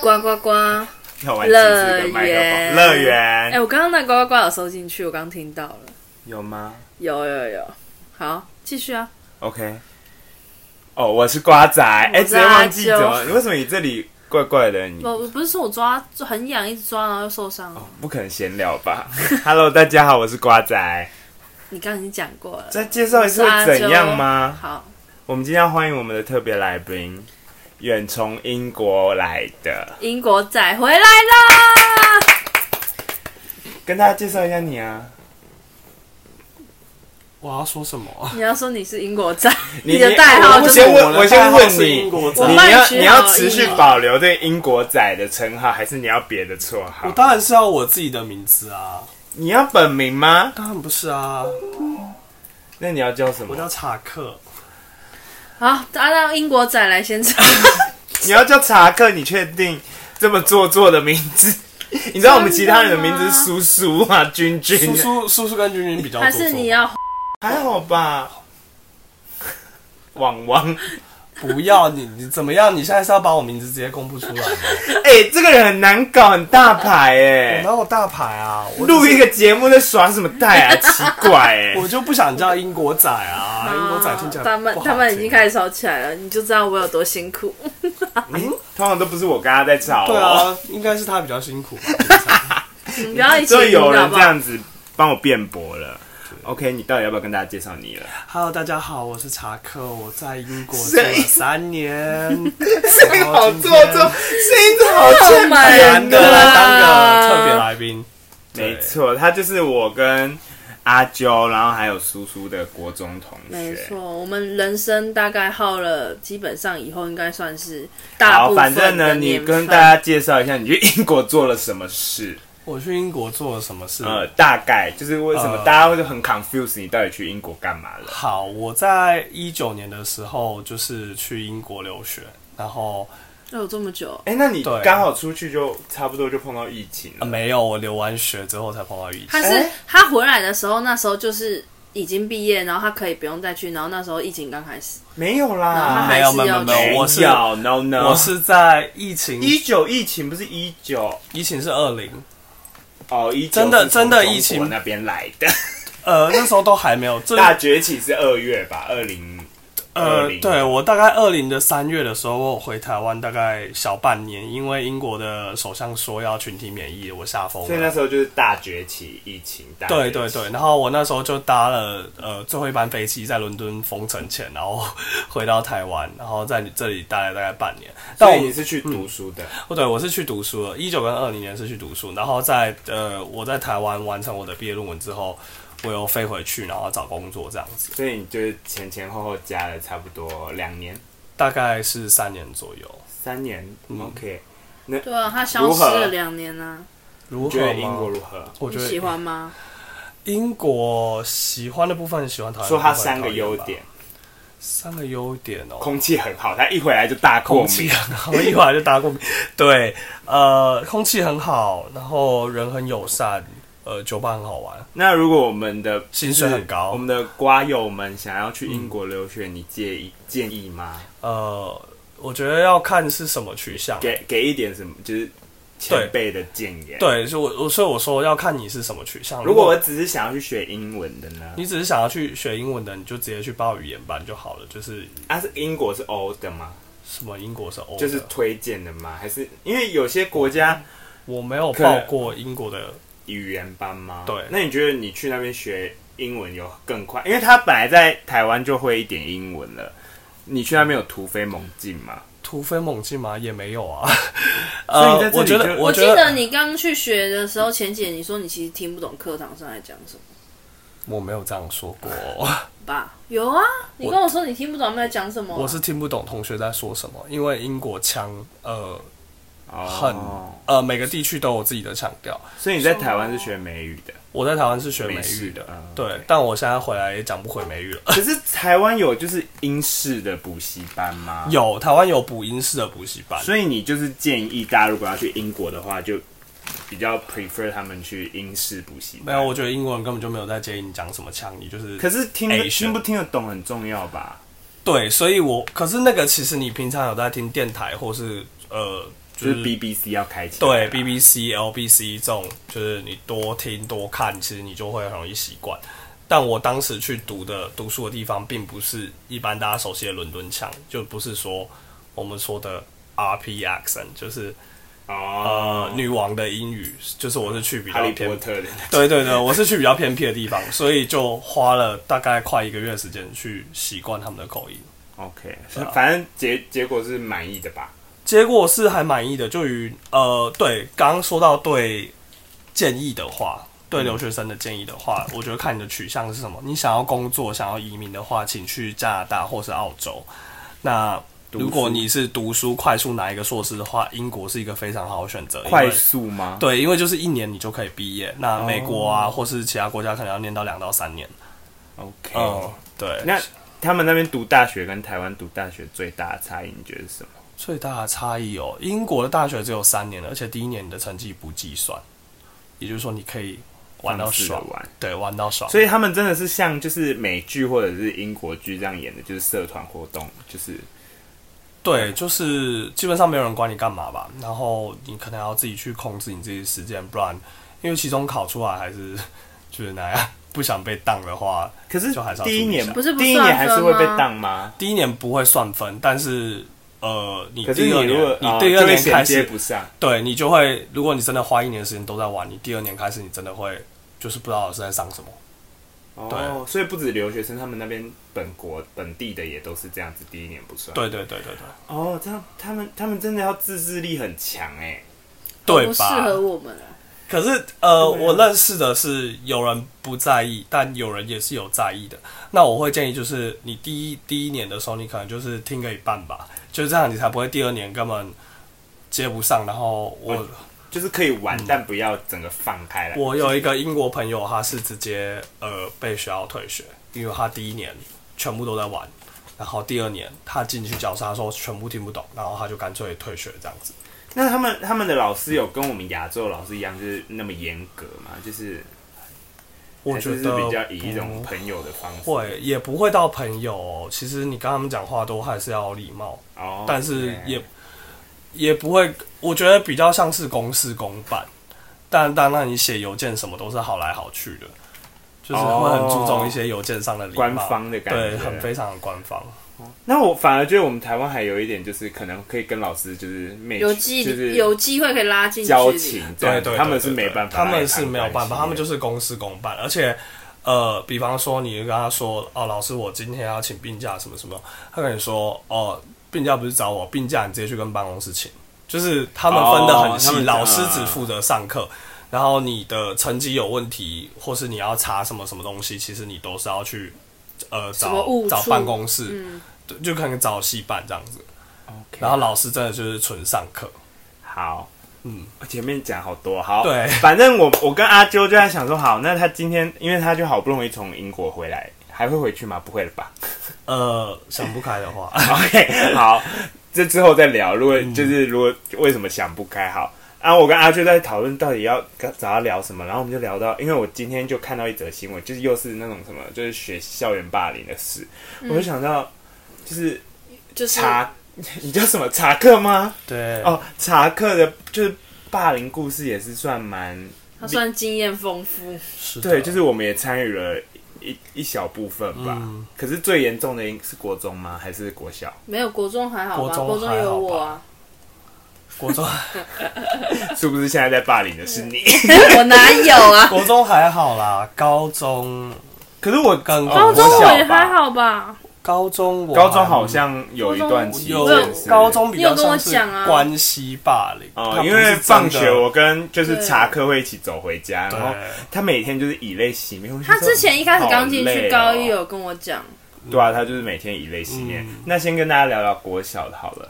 呱呱呱！要玩几次跟麦克风？乐哎、园我刚刚那呱呱呱有收进去，我刚听到了。有吗有有有，好，继续啊。 ？OK。哦，我是瓜仔，哎、我直是接阿忘记怎么？为什么你这里怪怪的？你我不是说我抓就很痒，一直抓，然后又受伤、了。不可能闲聊吧 ？Hello，大家好，我是瓜仔。你刚刚已经讲过了。再介绍一次会怎样吗？好，我们今天要欢迎我们的特别来宾，远从英国来的，英国仔回来啦！跟大家介绍一下你啊。我要说什么啊？你要说你是英国仔，你你的代好，号我就是先问，我我的先代号问是你，英国仔你要我帮你取你要好持续英保留对英国仔的称号，还是你要别的绰我号？当然是要我自己的名字啊，你要本名吗？当然不是啊，那你要叫什我么？叫查克。好，大家让英国仔 来先唱。你要叫查克？你确定这么做作的名字？ 你知道我们其他人的名字是叔叔啊、君君叔，叔叔叔跟君君比较多。还是你啊要还好吧？ 网王，不要你你怎么样？你现在是要把我名字直接公布出来吗？ 哎、这个人很难搞，很大牌哎、我哪有大牌啊？我录一个节目在耍什么带啊？奇怪哎、我就不想叫英国仔啊，英国仔听起来他们不好他们已经开始始吵起来了，你就知道我有多辛苦。嗯通常都不是我跟他在吵、哦。对啊，应该是他比较辛苦吧。你嗯不要一起所以有人赢好 不这好？样子帮我辩驳了。OK，你到底要不要跟大家介绍 你了？ Hello，大家好，我是查克，我在英国住声了音三年，声音好做作，声音真好欠欠扁扁难得的来当个特别来宾。没错，他就是我跟阿娇，然后还有叔叔的国中同没学错。，我们人生大概耗了，基本上以后应该算是大好，部分反正呢，的你年跟份大家介绍一下，你去英国做了什么 事？我去英国做了什么事？呃，大概就是为什么呃大家会很 confuse 你到底去英国干嘛了？好，我在一九年的时候就是去英国留学，然后、要有这么久，哎，那你对啊刚好出去就差不多就碰到疫情了。呃没有，我留完学之后才碰到疫他情。是、哎他回来的时候，那时候就是已经毕业，然后他可以不用再去，然后那时候疫情刚开始，没有那他啦，还没有是没有要嗯没有，我是 no no，我是在疫情一九疫情不是一九疫情是二零，哦，一真的真的疫情那边来的， 呃那时候都还没有，这大崛起是二月吧，二零呃20对我大概二零的三月的时候，我有回台湾大概小半年，因为英国的首相说要群体免疫，我吓疯所以那了。时候就是大崛起，疫情大崛对起对对，，然后我那时候就搭了呃最后一班飞机，在伦敦封城前，然后回到台湾，然后在这里待了大概半年。所但我以们你是去读书的，哦，对，我是去读书了，一九跟二零年是去读书，然后在呃，我在台湾完成我的毕业论文之后，我又飞回去，然后找工作这样子，所以你就是前前后后加了差不多两年、大概是三年左右。三年。OK，嗯嗯对啊，他消如失何了两年呢、如觉何得吗英国如？何？我你觉喜得欢吗？英国喜欢的部分，喜欢台湾。说它三个优点，，三个优点哦，空气很好，它一回来就大过空气敏。很好，一会儿就打过敏。对，呃，空气很好，然后人很友善，呃，酒吧很好玩。那如果我们的薪水很高我们的瓜友们想要去英国留学，你建议建议吗？呃，我觉得要看是什么取向。给给一点什么，就是前辈的建言。，对，所以我我所以我说要看你是什么取向。如果我只是想要去学英文的呢？你只是想要去学英文的，你就直接去报语言班就好了。就是啊，是英国是欧的吗？什么英国是欧的，就是推荐的吗？还是因为有些国家我没有可能报过英国的，语言班吗？对那你觉得你去那边学英文有更快？因为他本来在台湾就会一点英文了，你去那边有突飞猛进吗？突飞猛进吗？也没有啊。 所以你在呃，这我里觉就得，我我记觉得得你刚去学的时候，钱姐你说你其实听不懂课堂上在讲什么我没有这样说过，吧？有啊，你跟我说你听不懂他们在讲什么啊、我是听不懂同学在说什么，因为英国腔，呃，很哦，呃，每个地区都有自己的腔调。所以你在台湾是学美语的，我在台湾是学美美式语的嗯，对，OK，但我现在回来也讲不回美语了。 可是台湾有就是英式的补习班吗？有台湾有补英式的补习班，所以你就是建议大家如果要去英国的话，就比较 prefer 他们去英式补习班。没有，我觉得英国人根本就没有在介意你讲什么腔，你就是可是听 Asian 听不听得懂很重要吧？对，所以我可是那个其实你平常有在听电台或是呃，就就是是 BBC 要开启，对 BBC、LBC 这种，就是你多听多看，其实你就会很容易习惯。但我当时去读的读书的地方，并不是一般大家熟悉的伦敦腔，就不是说我们说的 RP accent，就是呃、哦，女王的英语，就是我是去比哈较利波偏，特的，对对对，我是去比较偏僻的地方，所以就花了大概快一个月的时间去习惯他们的口音。 OK，反啊正结结果是满意的吧？结果是还满意的，就于呃，对，刚刚说到对建议的话，对留学生的建议的话，我觉得看你的取向是什么。你想要工作、想要移民的话，请去加拿大或是澳洲。那读书如果你是读书快速拿一个硕士的话，英国是一个非常好的选择。因为快速吗？对，因为就是一年你就可以毕业。那美国啊，哦或是其他国家可能要念到两到三年。 ，OK，、嗯，对。哦那他们那边读大学跟台湾读大学最大的差异，你觉得是什么？最大的差异哦，英国的大学只有三年，而且第一年你的成绩不计算，也就是说你可以玩到放肆地爽，嗯玩，对，玩到爽。所以他们真的是像就是美剧或者是英国剧这样演的，就是社团活动，就是对，就是基本上没有人管你干嘛吧，然后你可能要自己去控制你自己的时间，不然因为期中考出来还是就是那样，不想被当的话，可是就还是要第一注意一年下不是不第一算年还是分会被吗当吗？第一年不会算分，但是呃，你可是第你二如年果哦第就二会年衔开接始不上，对你就会，如果你真的花一年的时间都在玩，你第二年开始你真的会就是不知道老师在上什么。哦，所以不止留学生，他们那边本国本地的也都是这样子，第一年不算。对对对对对。哦，这样他们他们真的要自制力很强哎、对不适吧？合我们啊。可是呃，对啊我认识的是有人不在意，但有人也是有在意的。那我会建议就是，你第一第一年的时候，你可能就是听个一半吧，就这样，你才不会第二年根本接不上。然后我、我就是可以玩，但不要整个放开来。嗯我有一个英国朋友，他是直接呃被学校退学，因为他第一年全部都在玩，然后第二年他进去教室，他说全部听不懂，然后他就干脆退学这样子。那他们他们的老师有跟我们亚洲老师一样，就是那么严格嘛？就是我还觉是得是比较以一不种朋友的方式。会，也不会到朋友哦、其实你跟他们讲话都还是要礼貌，哦，但是也 OK 也不会，我觉得比较像是公事公办。但当然，你写邮件什么都是好来好去的，就是会很注重一些邮件上的礼貌，哦官方的感觉对，很非常的官方。那我反而觉得我们台湾还有一点，就是可能可以跟老师就是妹有就机、是有机会可以拉近距交离情啊，，这样对对，他们对是对没对办法，他们是没有办法，他们就是公事公办，而且。呃，比方说，你就跟他说，哦，老师，我今天要请病假，什么什么，他跟你说，哦，病假不是找我，病假你直接去跟办公室请，就是他们分得很哦他细，们老师只负责上课，然后你的成绩有问题，或是你要查什么什么东西，其实你都是要去，呃，么找误找触办公室，对就可能找系办这样子，然然后后老师真的就是纯上课，好，嗯，我前面讲好多，好，对反正我我跟阿啾就在想说，好，那他今天，因为他就好不容易从英国回来，还会回去吗？不会了吧 呃，想不开的话， ？OK，好，这之后再聊。如果嗯就是如果为什么想不开，好。然后我跟阿啾在讨论到底要跟找他聊什么，然后我们就聊到，因为我今天就看到一则新闻，就是又是那种什么，就是学校园霸凌的事，我就嗯想到就是就是查，你叫什么查克吗？对，哦，查克的就是霸凌故事也是算蛮他算经验丰富，是的对，就是我们也参与了一一小部分吧。嗯可是最严重的应是国中吗？还是国小？没有国中还好吧？国中国中有我啊， 国中是不是现在在霸凌的是 你？哎我哪有 啊？国中还好啦，高中可是我哦跟高中国我小也还吧好吧？高中我高中好像有一高中段期有间是高中比较你有跟我像是讲啊关系霸凌哦，因为放学我跟就是对查克会一起走回家，对然后他每天就是以泪洗面。我就他说之前一开始刚进好累去哦高一有跟我讲，对啊，他就是每天以泪洗面。那先跟大家聊聊国小的好了。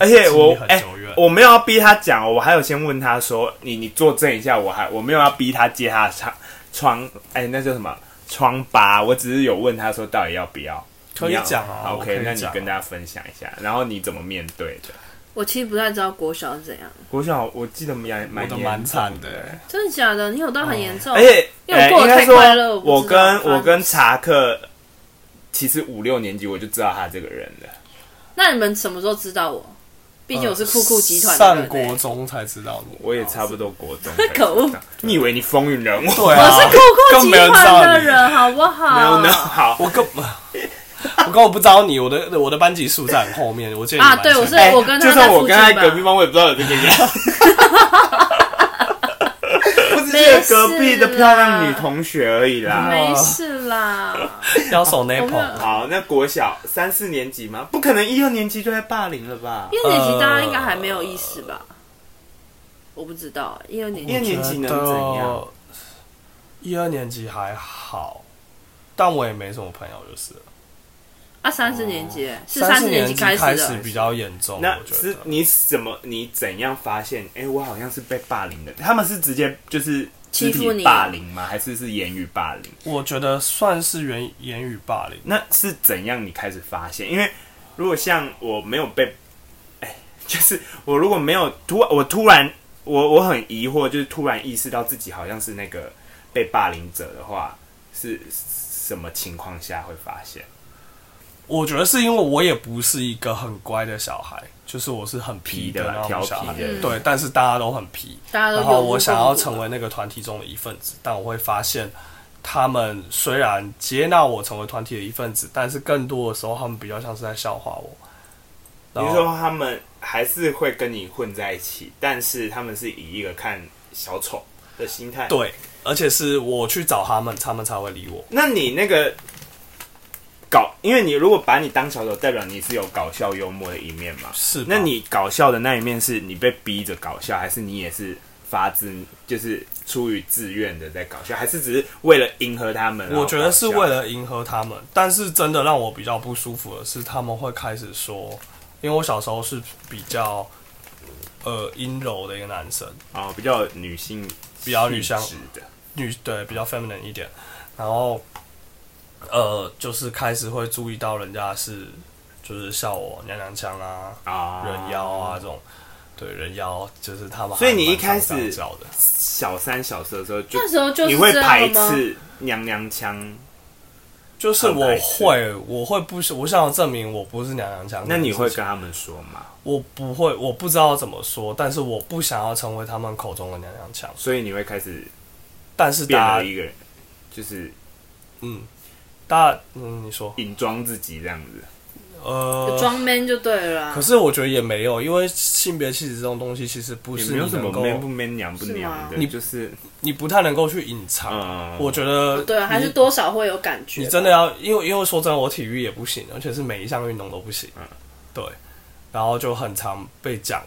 哦而而且我哎、嗯很久远，我没有要逼他讲，我还有先问他说，你你作证一下，我还我没有要逼他揭他的窗窗，哎、那叫什么疮疤？我只是有问他说到底要不要。可以讲啊你要我可以 OK，那你讲跟大家分享一下，然后你怎么面对的？我其实不太知道国小是怎样，国小我记得蛮蛮我的严蛮惨的，真的假的？你有到很严重？而且哦因呃为我过应得该太说快乐，我不知跟我道发生跟查克，其实五六年级我就知道他这个人了。那你们什么时候知道我？毕竟我是酷酷集团的上人欸国中才知道你，我也差不多国中才知可恶道。你以为你风云人物？对我啊，是哎酷酷更集没人知道团的你人，好不好？没有没有好，我根我根本不知道你，我的我的班级数在很后面，我记得你啊，蛮对，我前是面哎我跟就他算在我附跟近他在隔壁吧。班，我也不知道有这个 人。我只是觉得隔壁的漂亮女同学而已啦。没事啦，要我手那没有捧，好，那国小三四年级吗？不可能一二年级就在霸凌了吧？一二年级大家应该还没有意识吧？我不知道，一二年一二级年级能怎样？？一二年级还好，但我也没什么朋友，就是了啊，三四年级是三三四四年级开始始的，比较严重，那哦我觉是得。你怎么你怎样发现？哎、我好像是被霸凌的。他们是直接就是肢欺负体你霸凌吗？还是是言语霸凌？我觉得算是言言语霸凌，那是怎样你开始发现？因为如果像我没有被，哎、就是我如果没有突我突然我我很疑惑，就是突然意识到自己好像是那个被霸凌者的话，是什么情况下会发现？我觉得是因为我也不是一个很乖的小孩，就是我是很皮皮的啦那种小孩调皮的，对，但是大家都很皮，大家都然后有目我想共要睹成为那个团体中的一份子，但我会发现，他们虽然接纳我成为团体的一份子，但是更多的时候他们比较像是在笑话我。比然如后说他们还是会跟你混在一起，但是他们是以一个看小丑的心态。，对，而且是我去找他们，他们才会理我。那你那个搞，因为你如果把你当小丑，代表你是有搞笑幽默的一面嘛？是吧，那你搞笑的那一面是你被逼着搞笑，还是你也是发自就是出于自愿的在搞笑，还是只是为了迎合他们？我觉得是为了了迎合他们，但是真的让我比较不舒服的是，他们会开始说，因为我小时候是比较呃阴柔的一个男生，哦比较有女性比较女性性质的，女对比较 feminine 一点，然后呃就是开始会注意到人家是就是笑我娘娘腔啊、啊人妖啊这种，对人妖就是他们还所蛮常这样叫的，以你一开始叫的小三小四的时候就那时候就是你会这排样吗？斥娘娘腔，就是我很排会斥我会不是我想要证明我不是娘娘腔，那你会跟他们说吗？我不会，我不知道怎么说，但是我不想要成为他们口中的娘娘腔。所以你会开始但是变大了家，一个人，就是嗯，大家，嗯，你说，隐装自己这样子。呃，装 man 就对了啦可。是我觉得也没有，因为性别气质这种东西，其实不也是没有你什么能够， man 不 man 娘不是娘吗的，你就是你不太能够去隐藏。嗯，我觉得，哦对，啊还是多少会有感觉吧。你真的要，因为因为说真的，我体育也不行，而且是每一项运动都不行。嗯对，然后就很常被讲，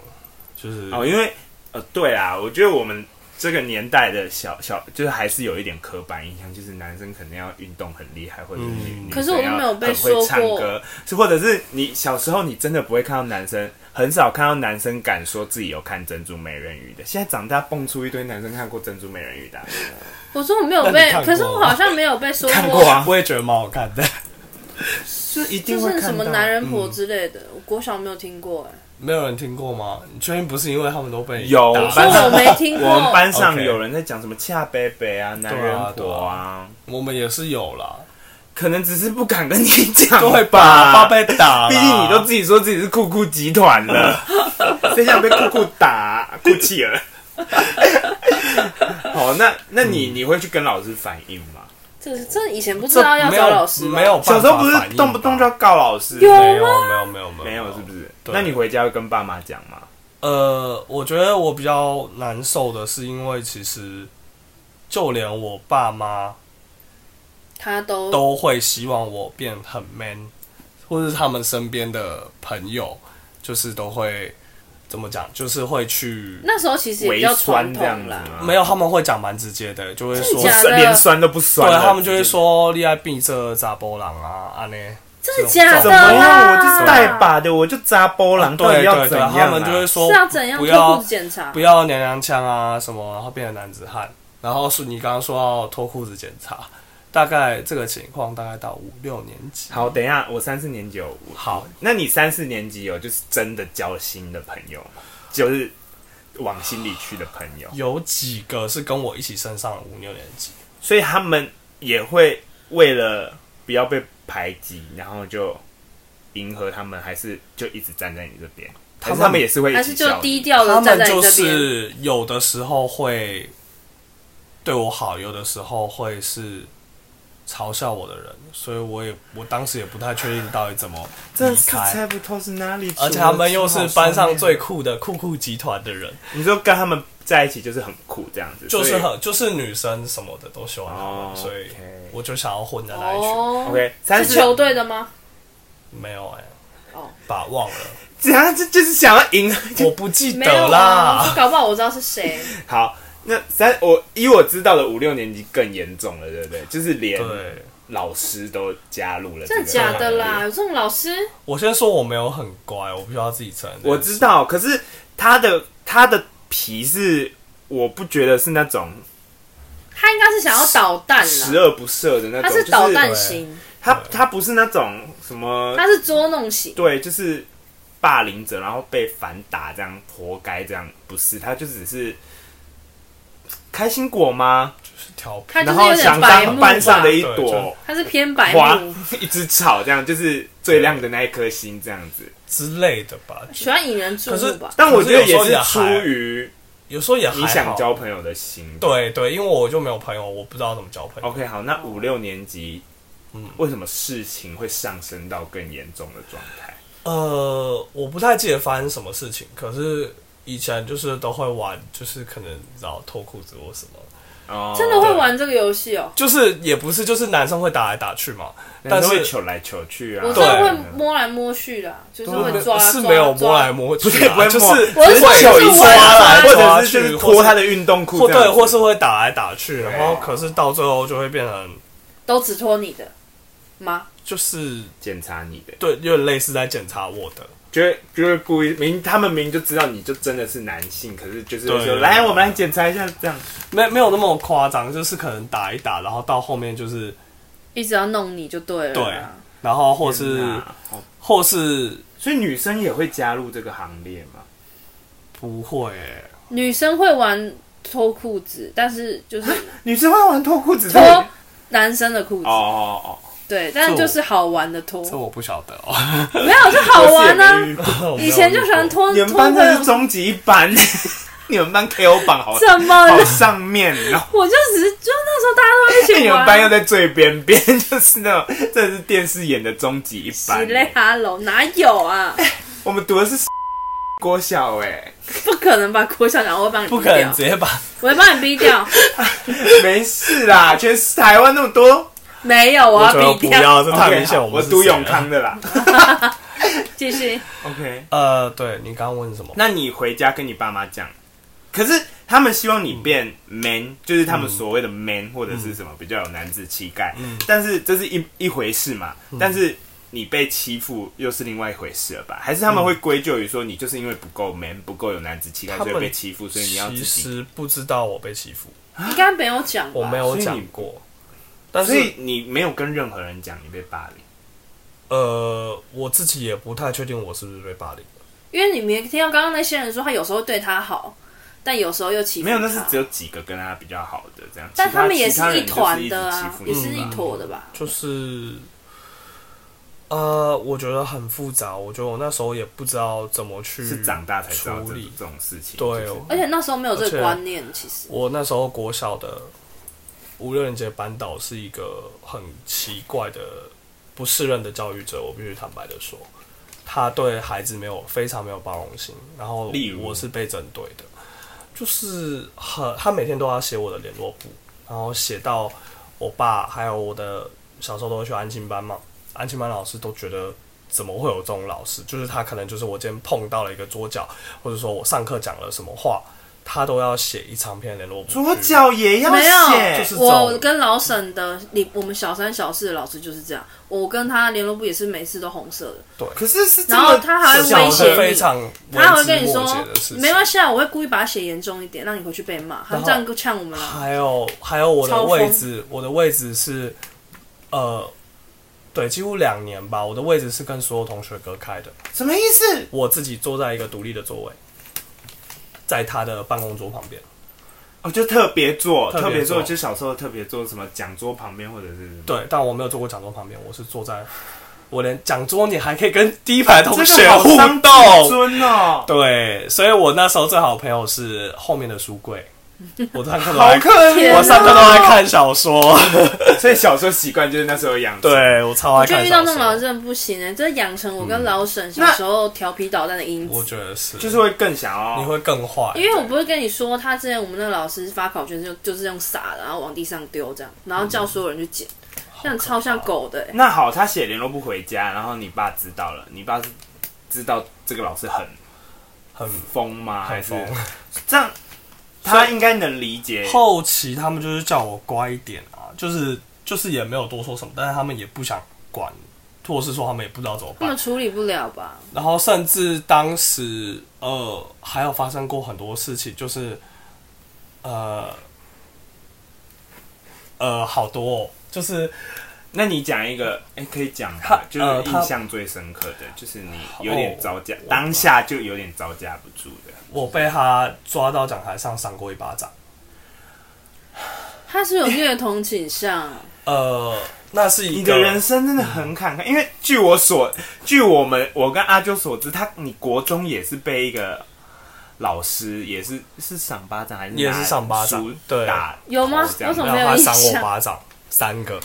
就是哦，因为呃，对啊，我觉得我们这个年代的小小，就是还是有一点刻板印象，就是男生可能要运动很厉害，或者是女、嗯女可是我生都要没有被很会说唱过歌，是或者是你小时候你真的不会看到男生，很少看到男生敢说自己有看《珍珠美人鱼》的。现在长大蹦出一堆男生看过《珍珠美人鱼》的啊、我说我没有那你被看，过可是我好像没有被说看过啊，我也觉得蛮好看的。是一定就会是看什么到男人婆之类的，我国小没有听过哎、没有人听过吗？你确定不是因为他们都被有打班所以上我没听过。我们班上 OK 有人在讲什么恰贝贝啊、男对人啊对婆啊啊，我们也是有啦，可能只是不敢跟你 讲，都会吧？怕被打啦，毕竟你都自己说自己是酷酷集团 了，谁想被酷酷打、酷气儿？ 好，那那你、你会去跟老师反映吗？这是这以前不知这道要没有找老师吗啊没有办法小时候不反是应动不动就要吧告老师，有没有没有没有没有没有是不是？对那你回家会跟爸妈讲吗？呃，我觉得我比较难受的是，因为其实就连我爸妈他都都会希望我变很 man，或是他们身边的朋友就是都会怎么讲，就是会去那时候其实也比微较传酸这样统子啦。吗？没有，他们会讲蛮直接的，就会说真的假的酸，连酸都不酸了。对他们就会直接，说你爱变这杂波浪啊啊呢，真的假这怎的种么啦？样？我就是带把的，我就扎波浪，到底对要对怎对，样、啊？他们就会说是要怎样不脱要裤子检查不？要娘娘腔啊什么，然后变成男子汉，然后是你刚刚说要脱裤子检查，大概这个情况大概到五六年级。好，等一下，我三四年级有，好，那你三四年级有就是真的交心的朋友吗，就是往心里去的朋友，有几个是跟我一起升上五六年级，所以他们也会为了不要被排挤，然后就迎合他们，还是就一直站在你这边。还是他们也是会一还起是笑就的低调他的哦站们在你就这边？是有的时候会对我好，有的时候会是嘲笑我的人，所以我也我当时也不太确定到底怎么真离是开。猜不透是哪里出的，而且他们又是班上最超好酷的酷酷集团的人，笑的，你说跟他们在一起就是很酷这样子，就是所以很就是女生什么的都喜欢他们，哦所以 OK 我就想要混在那一群。哦， OK。三是十，球队的吗？没有哎、哦把忘了， 这样这就是想要赢。我不记没有得啊，啦我。搞不好我知道是谁。好，那三我以我知道的五六年级更严重了，对不对？就是连对，老师都加入了，真的假的啦？？有这种老师？我先说我没有很乖，我必须要自己承认。我知道，可是他的他的皮是。我不觉得是那种他应该是想要捣蛋十啦，恶不赦的那种，他是就捣蛋型，他他不是那种什么他是捉弄型。对，就是霸凌者，然后被反打这样，活该这样，不是？他就只是开心果吗？就是调皮他就然是后有点想白当目班上吧的，一对朵就他是偏白花目，， 一只草，这样就是最亮的那一颗星，这样子。之类的吧。喜欢引人注可目是吧？但我觉得也可是有是时出候也还于有时候也还好你想交朋友的心。对对，因为我就没有朋友，我不知道怎么交朋友。 ，OK，好，那五六年级，嗯为什么事情会上升到更严重的状态？哦呃，我不太记得发生什么事情，可是以前就是都会玩，就是可能你知道脱裤子或什么，哦嗯真的会玩这个游戏哦，就是也不是就是男生会打来打去嘛，但但是是会求来求去啊，我真对的会摸来摸去的，啊就是会抓是抓没有摸来抓。摸不去啊，是不会摸就是我是说会手手一一抓抓来来，或抓者去是就是或脱是他的运动裤或这样子，对，或是会打来打去，然对后啊可是到最后就会变成都只托你的吗？就是检查你的，对，有点类似在检查我的，就是就是故意明他们明就知道你就真的是男性，可是就是会说对对来对我们来检查一下这样，没没有那么夸张，就是可能打一打，然后到后面就是一直要弄你就对了啦。然后或天是哪好啊或是所以女生也会加入这个行列嘛？不会欸、女生会玩脱裤子，但是就是 女生会玩脱裤子脱在里男生的裤子哦，哦哦，对，但是就是好玩的脱，这我不晓得哦、没有就好玩我是也没呢。遇过以前就喜欢脱你脱们班裤才是子，终极 班，你们班 KO 榜好怎么哦好了？上面， 然后我就只是就那时候大家都一哎你起们班又玩。啊在最边边，就是那种这是电视演的终极一班喜。嘞哈喽，哪有啊？我们读的是 国小哎、不可能吧？郭校长，我 会帮你不逼可能掉直，接把我会帮你逼掉。没事啦，全是台湾那么多，没有，我我要觉得逼不掉。要，这太明显 OK，好们我是读谁了永康。的啦。继续， OK，呃，对你刚刚问什么？那你回家跟你爸妈讲，可是他们希望你变嗯 man，就是他们所谓的 man 或者是什么比较有男子气概，嗯但是这是一一回事嘛，但是。你被欺负又是另外一回事了吧？还是他们会归咎于说你就是因为不够 man，不够有男子气概，他所们以被欺负，所以你要自己。其实不知道我被欺负，应该没有讲吧？我没有啊所以讲你过，但所是以你没有跟任何人讲你被霸凌。呃，我自己也不太确定我是不是被霸凌。因为你明听到刚刚那些人说，他有时候对他好，但有时候又欺负没有，那是他只有几个跟他比较好的这样。但其他他们也其他人一就是团的一直啊欺，负也你嗯是一吧坨的吧？就是，呃，我觉得很复杂。我觉得我那时候也不知道怎么去是长大才知道嗯处这理这种事情。对哦就是而且那时候没有这哦而且啊个观念，其实我那时候国小的五六年级的班导是一个很奇怪的不适任的教育者，我必须坦白的说，他对孩子没有非常没有包容心，然后例如我是被针对的，就是很他每天都要写我的联络簿，然后写到我爸还有我的小时候都会去安亲班嘛，安亲班老师都觉得。怎么会有这种老师？就是他可能就是我今天碰到了一个桌角，或者说我上课讲了什么话，他都要写一长篇联络簿去。左脚也要没写，有。就是这种我跟老沈的，你我们小三小四的老师就是这样，我跟他联络部也是每次都红色的，可是是这然后么他还会小威是胁非你。常他还会微枝跟你说末节的事：“情没关系啊，我会故意把它写严重一点，让你回去被骂。”他然后这样够呛我们啊了。还有还有我的超疯位置，我的位置是呃，对，几乎两年吧，我的位置是跟所有同学隔开的，什么意思？我自己坐在一个独立的座位，在他的办公桌旁边。哦，就特别做，特别做特别做，就小时候特别做什么讲桌旁边或者是什么对，但我没有坐过讲桌旁边，我是坐在我连讲桌你还可以跟第一排同这学个好互伤自动，尊哦，对，所以我那时候最好的朋友是后面的书 柜，我上课都好在，可怜。天哦哪我上课都在看小说，所以小时候习惯就是那时候养成。对我超爱就看遇到小那种老说师，真的不行哎、这养成我跟老沈小那时候调皮捣蛋的因嗯我子。觉得是，就是会更想你要。会更坏，因为我不是跟你说，他之前我们那个老师发考卷就就是用撒的，然后往地上丢这样，然后叫所有人去捡，这样超像狗的、欸。那好，他写联络簿回家，然后你爸知道了，你爸是知道这个老师很很疯吗？还很是疯。这样？他应该能理解。后期他们就是叫我乖一点啊，就是就是也没有多说什么，但是他们也不想管，或是说他们也不知道怎么根办本。处理不了吧？然后甚至当时呃还有发生过很多事情，就是呃呃好多、哦，就是那你讲一个，哎、可以讲他吧，就呃是他印象最深刻的，就是你有哦点招架，我当下就有点招架不住的。我被他抓到讲台上赏过一巴掌。他是有虐童倾向，啊 呃，那是一你个的人生真的很坎坷，因为据我所，据我们我跟阿啾所知，他你国中也是被一个老师也是是赏巴掌还是也是拿赏巴掌书对打有吗头这样为什么让没有他印赏我象巴掌三个。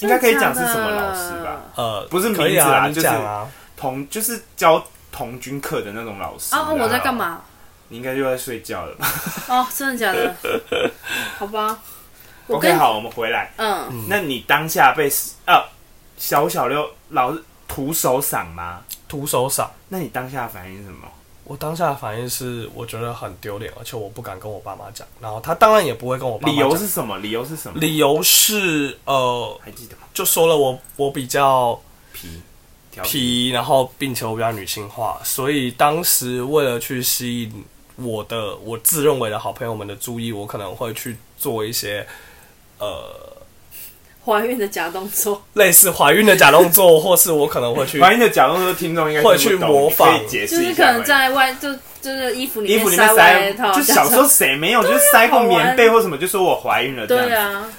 应该可以讲是真的什假么的老师吧？呃，不是可以名字啊，啦你就是讲啊，同就是教童军课的那种老师哦啊哦，我在干？嘛？你应该就在睡觉了吧哦，真的假的？ 好吧，我？OK，跟好，我们回来。嗯，那你当下被啊小小六老师徒手赏吗？徒手赏。那你当下反应是什么？我当下的反应是，我觉得很丢脸，而且我不敢跟我爸妈讲。然后他当然也不会跟我爸妈理讲。由是什么？理由是什么？理由是呃，还记得吗？就说了我我比较皮调皮皮，然后并且我比较女性化，所以当时为了去吸引我的我自认为的好朋友们的注意，我可能会去做一些呃怀孕的假动作，类似怀孕的假动作，或是我可能会 去反应的假动作，听众应该听不懂会去模仿你可以解 就释是一可下吗能在外就就是衣服里衣服面里面外塞套，，就假小时候装谁没有，就是塞过好玩棉被或什么，就说我怀孕了这样对子。啊，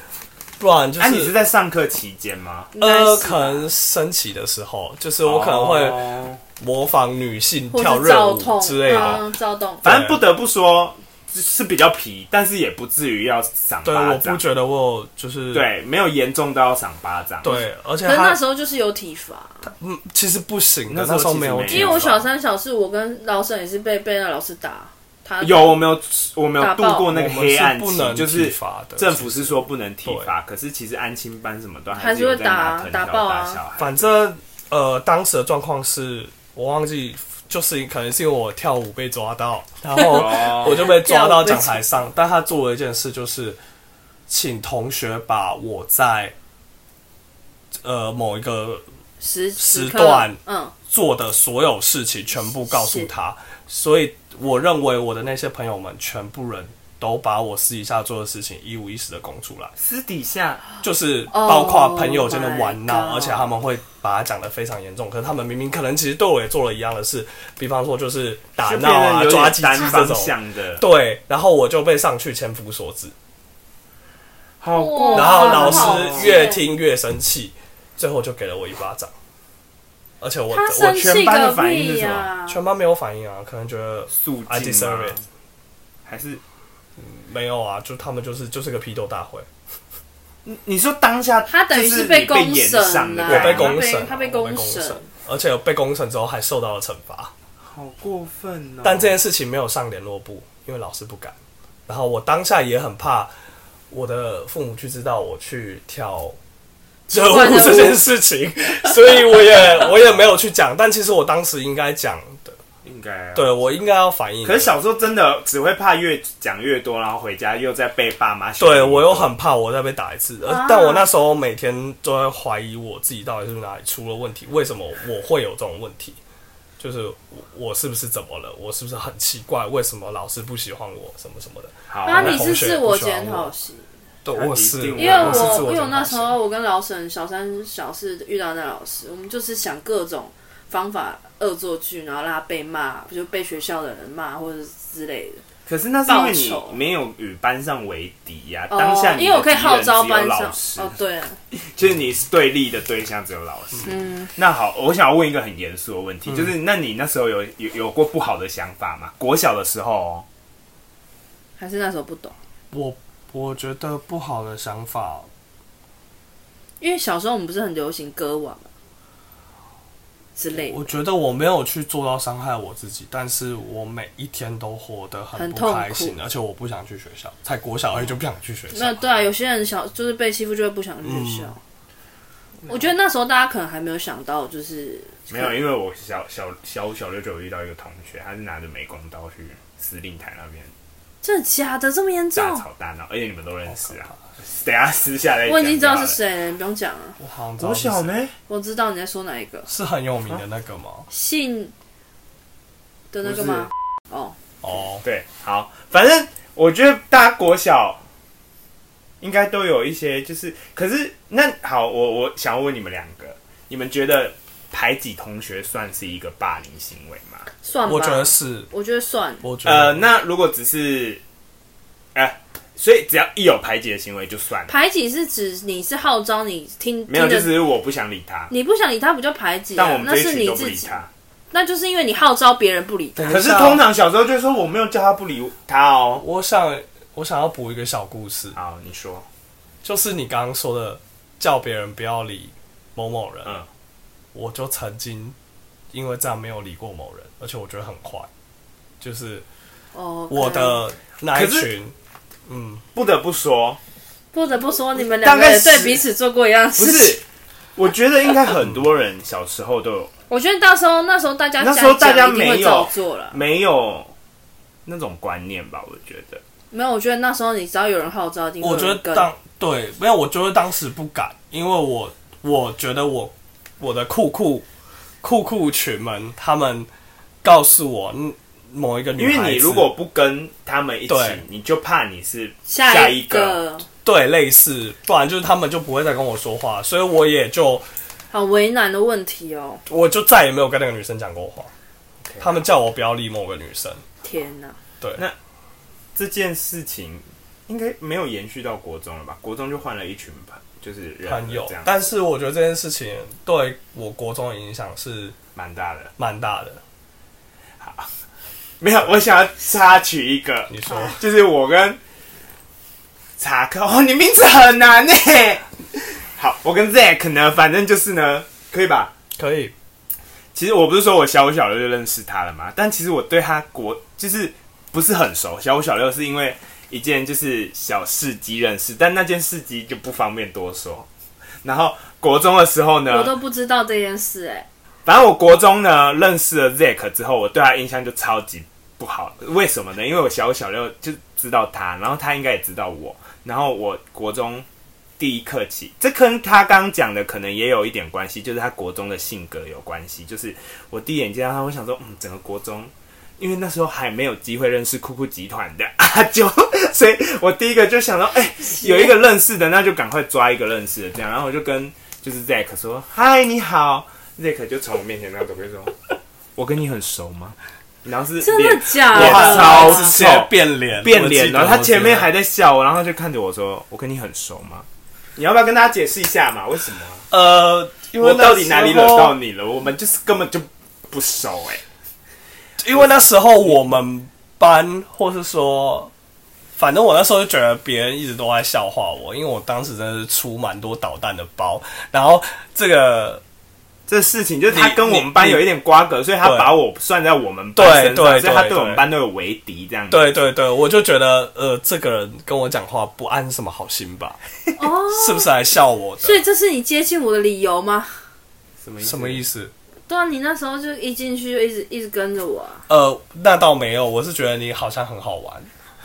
不然就啊，你是是。在上课期间吗？呃， nice 吧可能升旗的时候，就是我可能会哦模仿女性或跳是热躁舞动之类的，嗯，躁动。反正不得不说是比较皮，但是也不至于要赏对，巴我不掌。觉得我有就是对，没有严重到要赏巴掌。，对，而且可是那他时候就是有体罚，嗯，其实不行的，那时候时候没有其实没有体啊罚，因为我小三小四，我跟老沈也是被被那老师打，他有我没有我没有啊打度爆过那个黑暗我们期是不，能就是体罚的政府是说不能体罚，可是其实安亲班什么都还是有会在拿打藤条打爆啊打小孩。反正呃，当时的状况是我忘记，就是可能是因为我跳舞被抓到，然后哦我就被抓到讲台上，但他做了一件事，就是请同学把我在呃某一个时时时刻段嗯，做的所有事情全部告诉他，所以我认为我的那些朋友们全部人。都把我私底下做的事情一五一十的供出来，私底下就是包括朋友间的哦 Oh 玩闹 my god 而且他们会把它讲得非常严重。可是他们明明可能其实对我也做了一样的事，比方说就是打就闹变啊、得有抓点鸡鸡单这方种。向的，对，然后我就被上去千夫所指，好过分哦。然后老好哦好师气越听越生气，最后就给了我一巴掌。而且我他我生全气班的个反应是屁什么呀！全班没有反应啊，可能觉得肃 I 静吗 deserve？it 还是没有啊，就他们就是就是个批斗大会，你你说当下他等于就是被你被公演审上的啦，感觉，我被公审啊他被我被公公审审，而且被公审之后还受到了惩罚。好过分哦。但这件事情没有上联络簿，因为老师不敢。然后我当下也很怕我的父母去知道我去跳热怪的舞舞这件 事情，所以我也我也没有去讲。但其实我当时应该讲的，应该啊对我应该要反应的。可是小时候真的只会怕越讲越多，然后回家又再被爸妈。对我又很怕我再被打一次，呃而啊但我那时候每天都在怀疑我自己到底是哪里出了问题，为什么我会有这种问题？就是我我是不是怎么了？我是不是很奇怪？为什么老师不喜欢我？什么什么的？好，然后那你是自我检讨型，对，他我一是，定会因为我是我自因为我检那讨时型候我跟老沈小三小四遇到那老师，我们就是想各种方法恶作剧，然后让他被骂，就被学校的人骂或者之类的。可是那是因为报你仇没有与班上为敌呀、哦当下你的因为我可以号召敌人只班有上老师，哦，对啊，就是你对立的对象只有老师。嗯，那好，我想要问一个很严肃的问题，嗯就是那你那时候有有有过不好的想法吗？国小的时候、哦，还是那时候不懂，我我觉得不好的想法，因为小时候我们不是很流行歌网啊之类的我，觉得我没有去做到伤害我自己，但是我每一天都活得很很不痛开心，苦而且我不想去学校，才国小而已就不想去学校。那对啊，有些人小就是被欺负就会不想去学校。我觉得那时候大家可能还没有想到，就是嗯没有，因为我小小小五小六就有遇到一个同学，他是拿着美工刀去司令台那边真的假的这么严重大？吵大闹，而且你们都认识哦啊好。等一下私下来，我已经知道是。谁了，你不用讲了，我好像知道国是小谁呢？我知道你在说哪一个是很有名的那个吗？姓的那个吗？哦，哦，对，好，反正我觉得大家国小应该都有一些，就是，可是那好，我我想要问你们两个，你们觉得排挤同学算是一个霸凌行为吗？算吧，我觉得是，我觉得算，我觉呃，得那如果只是，哎、所以只要一有排挤的行为就算了，排挤是指你是号召你听，没有，听就着是我不想理他，你不想理他不叫排挤、但我啊，们那这一是群你都不自理己，他。那就是因为你号召别人不理他。可是通常小时候就说我没有叫他不理他哦。我想我想要补一个小故事，好，你说，就是你刚刚说的叫别人不要理某某人，嗯我就曾经因为这样没有理过某人，而且我觉得很坏，就是哦，我的那一啊可是群，嗯，不得不说，不得不说，你们大两个概人对十彼此做过一样的不事情。 是，我觉得应该很多人小时候都有我觉得到时候那时候大家那时候大家家一定没会有照做了。没有那种观念吧？我觉得，没有，我觉得那时候你只要有人号召，一定会我有觉人得跟。嗯当对没有，我觉得当时不敢，因为我我觉得我我的酷酷酷酷群们，他们告诉我嗯某一个女因孩子，为你如果不跟他们一起对，你就怕你是下一个。个对类似，不然就是他们就不会再跟我说话，所以我也就很为难的问题哦，我就再也没有跟那个女生讲过话。他们叫我不要理某个女生，天哪！对，那这件事情应该没有延续到国中了吧？国中就换了一群朋，就是人了朋友这样，，但是我觉得这件事情对我国中的影响是蛮大的。蛮大的。没有，我想要插曲一个，你说，就是我跟查克，哦，你名字很难呢。好，我跟 Zack 呢，反正就是呢，可以吧？可以，其实我不是说我小五小六就认识他了嘛，但其实我对他国就是不是很熟。小五小六是因为一件就是小事迹认识，但那件事迹就不方便多说。然后国中的时候呢，我都不知道这件事哎、反正我国中呢认识了 Zack 之后，我对他印象就超级不好。为什么呢？因为我小五小六就知道他，然后他应该也知道我。然后我国中第一课起，这跟他刚讲的可能也有一点关系，就是他国中的性格有关系。就是我第一眼见到他，我想说，嗯，整个国中。因为那时候还没有机会认识酷酷集团的 阿九，所以我第一个就想到，哎、有一个认识的，那就赶快抓一个认识的，这样。然后我就跟就是 Zack 说：“嗨，你好。”Zack 就从我面前那走过去说：“我跟你很熟吗？”然后是真脸的假脸的？超直臭接，变脸，变我记脸得了。他我记前面得还在笑我，然后就看着我说：“我跟你很熟吗？”你要不要跟大家解释一下嘛？为什么啊？呃，因为我那时到候底哪里惹到？你了？我们就是根本就不熟哎、因为那时候我们班，或是说，反正我那时候就觉得别人一直都在笑话我，因为我当时真的是出蛮多捣蛋的包。然后这个，这事情就是他你跟我们班你有一点瓜葛，所以他对把我算在我们班身上，对对所以他对对我们班都有为敌这样子。对对对，我就觉得呃，这个人跟我讲话不安什么好心吧？哦，是不是来笑我的？所以这是你接近我的理由吗？什么什么意思？思？对啊，你那时候就一进去就一直一直跟着我啊。呃，那倒没有，我是觉得你好像很好玩。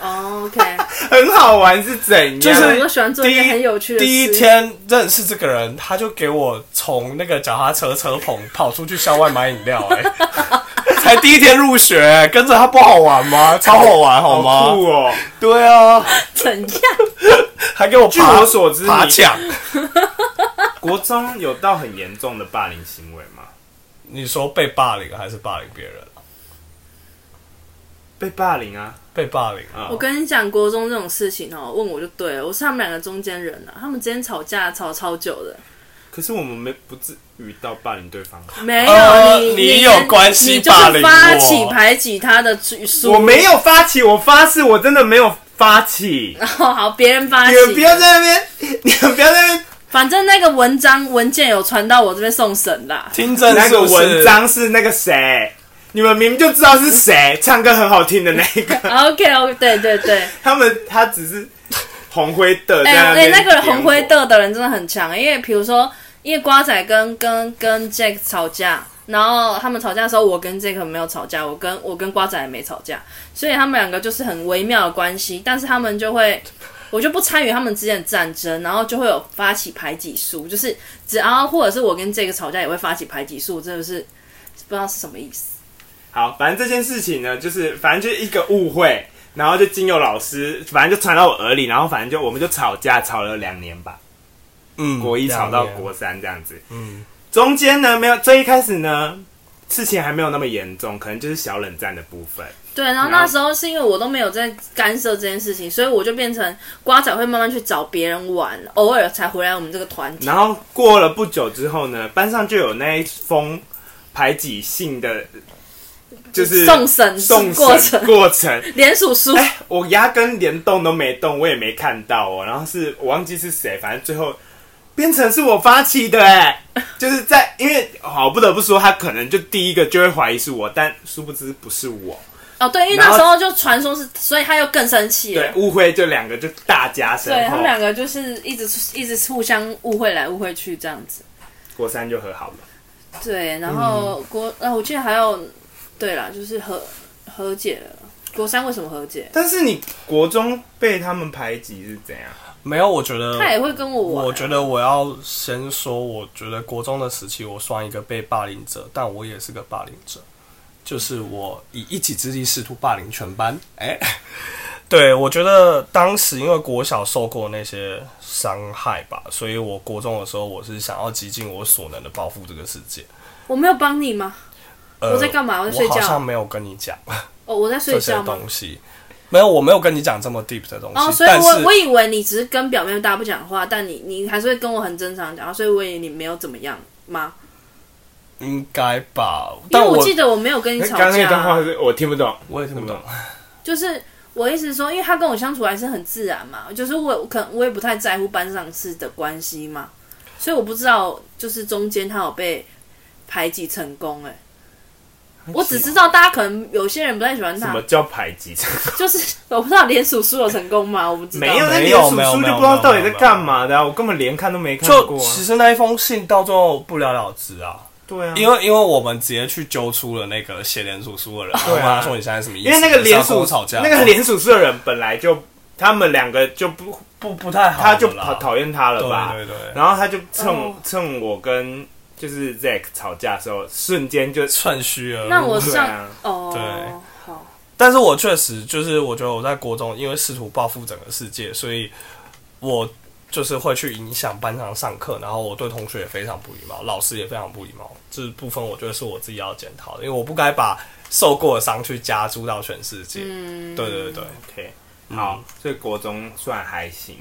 哦、o k 很好玩是怎样？就是啊我都喜欢做一些很有趣的事。第一天认识这个人，他就给我从那个脚踏车车棚跑出去校外买饮料、哎， 才第一天入学、跟着他不好玩吗？超好玩好吗？好酷哦！对啊，怎样？还给我据爬我所知，爬你墙。国中有到很严重的霸凌行为吗？你说被霸凌还是霸凌别人？被霸凌啊，被霸凌啊 我跟你讲，国中这种事情哦、问我就对了，我是他们两个中间人啊。他们之间吵架吵超久的，可是我们没不至于到霸凌对方，没有、呃你，你有关系你霸就是凌发我起排挤他的书，我没有发起，我发誓我真的没有发起，哦，好，别人发你起，们不要在那边， 你们不要在那边。反正那个文章文件有传到我这边送审啊啦。听证那是个不是文章是那个谁，你们明明就知道是谁，唱歌很好听的那一个， OK OK，对对对，他们他只是红灰的在哎、那哎、边那点火、个红灰豆的人真的很强，因为比如说，因为瓜仔跟跟跟 Jack 吵架，然后他们吵架的时候，我跟 Jack 没有吵架，我跟我跟瓜仔也没吵架，所以他们两个就是很微妙的关系，但是他们就会。我就不参与他们之间的战争，然后就会有发起排挤术，就是只要或者是我跟 Jack 吵架也会发起排挤术，真的是不知道是什么意思。好，反正这件事情呢，就是反正就是一个误会，然后就经由老师，反正就传到我耳里，然后反正就我们就吵架，吵了两年吧，嗯国一吵到两年国三这样子。嗯中间呢，没有最一开始呢，事情还没有那么严重，可能就是小冷战的部分。对，然后然后那时候是因为我都没有在干涉这件事情，所以我就变成瓜仔会慢慢去找别人玩，偶尔才回来我们这个团体。然后过了不久之后呢，班上就有那一封排挤信的，就是送审送过审程过程。联署书，哎，我压根连动都没动，我也没看到哦。然后是我忘记是谁，反正最后变成是我发起的 哎，就是在因为好不得不说，他可能就第一个就会怀疑是我，但殊不知不是我。哦，对，因为然后那时候就传说是，所以他又更生气对了，。误会就两个就大加深对他厚们，两个就是一直一直互相误会来误会去这样子。国三就和好了。对，然后国，然后我记得还有，对啦，就是和和解了。国三为什么和解？但是你国中被他们排挤是怎样？没有，我觉得他也会跟我玩。呃啊我觉得我要先说，我觉得国中的时期，我算一个被霸凌者，但我也是个霸凌者，就是我以一己之力试图霸凌全班。哎、 对我觉得当时因为国小受过那些伤害吧，所以我国中的时候，我是想要极尽我所能的报复这个世界。我没有帮你吗？呃我在干嘛我在睡觉我好像没有跟你讲哦，我在这睡些觉吗？东西，没有，我没有跟你讲这么 deep 的东西。哦，所以但是我我以为你只是跟表面大家不讲话，但你你还是会跟我很正常讲话，所以我以为你没有怎么样吗？应该吧，因但为我我记得我没有跟你那吵刚刚那架段话啊，是我听不懂，我也听不懂。就是我意思是说，因为他跟我相处还是很自然嘛，就是我我可能我也不太在乎班上事的关系嘛，所以我不知道就是中间他有被排挤成功哎、我只知道大家可能有些人不太喜欢哦什他么，叫排 挤？就是我不知道连署书有成功吗？我不知道，没有，那没连有叔没有叔没就有不知道到底在干嘛的啊！我根本连看都没看就过啊。其实那一封信到最后不了了之啊，对啊，因为因为我们直接去揪出了那个写联署书的人，然后对啊问他说你现在什么意思？因为那个你是要连跟署我吵架，那个连署社人本来就他们两个就不，不不太好了他啦，就讨讨厌他了吧？对对对，然后他就趁、哦趁我跟就是 Zack 吵架的时候，瞬间就趁虚而入。那我对上、啊哦对好。但是我确实就是我觉得我在国中因为试图报复整个世界，所以我就是会去影响班上上课，然后我对同学也非常不礼貌，老师也非常不礼貌。这部分我觉得是我自己要检讨的，因为我不该把受过的伤去加诸到全世界。嗯对对对， OK。好，所以国中算还行，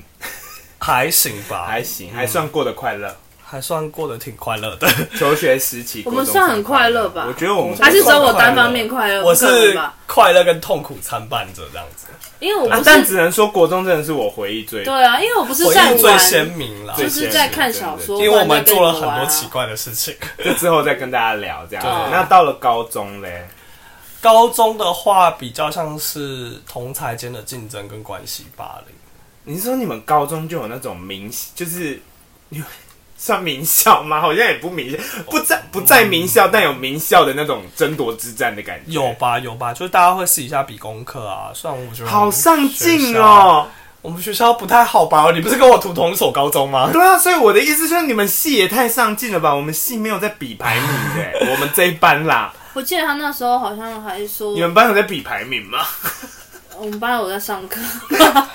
还行吧，还行，还算过得快乐。还算过得挺快 乐的。求学时期，我国们中算很快乐吧我觉得我们还是只有我快乐单方面快乐？我不可能是吧快乐跟痛苦参半着这样子，因为我啊不，但是只能说国中真的是我回忆最对啊，因为我不是回在忆最玩鲜，明啦，就最是在看小说，对因为我们做不然在跟了你很玩啊多奇怪的事情。 这之后再跟大家聊这样子对。那到了高中嘞，高中的话，比较像是同才间的竞争跟关系霸凌，你是说你们高中就有那种名，就是你们 算名校吗？好像也不哦名校，不在不在名校，但有名校的那种争夺之战的感觉。嗯有吧有吧，就是大家会私底下比功课啊。虽然我觉得好上进哦、我们学校，我们学校不太好吧？你不是跟我读同一所高中吗？ 对啊，所以我的意思就是你们系也太上进了吧？我们系没有在比排名的、 我们这一班啦。我记得他那时候好像还说你，们班有在比排名吗？我们班有在上课，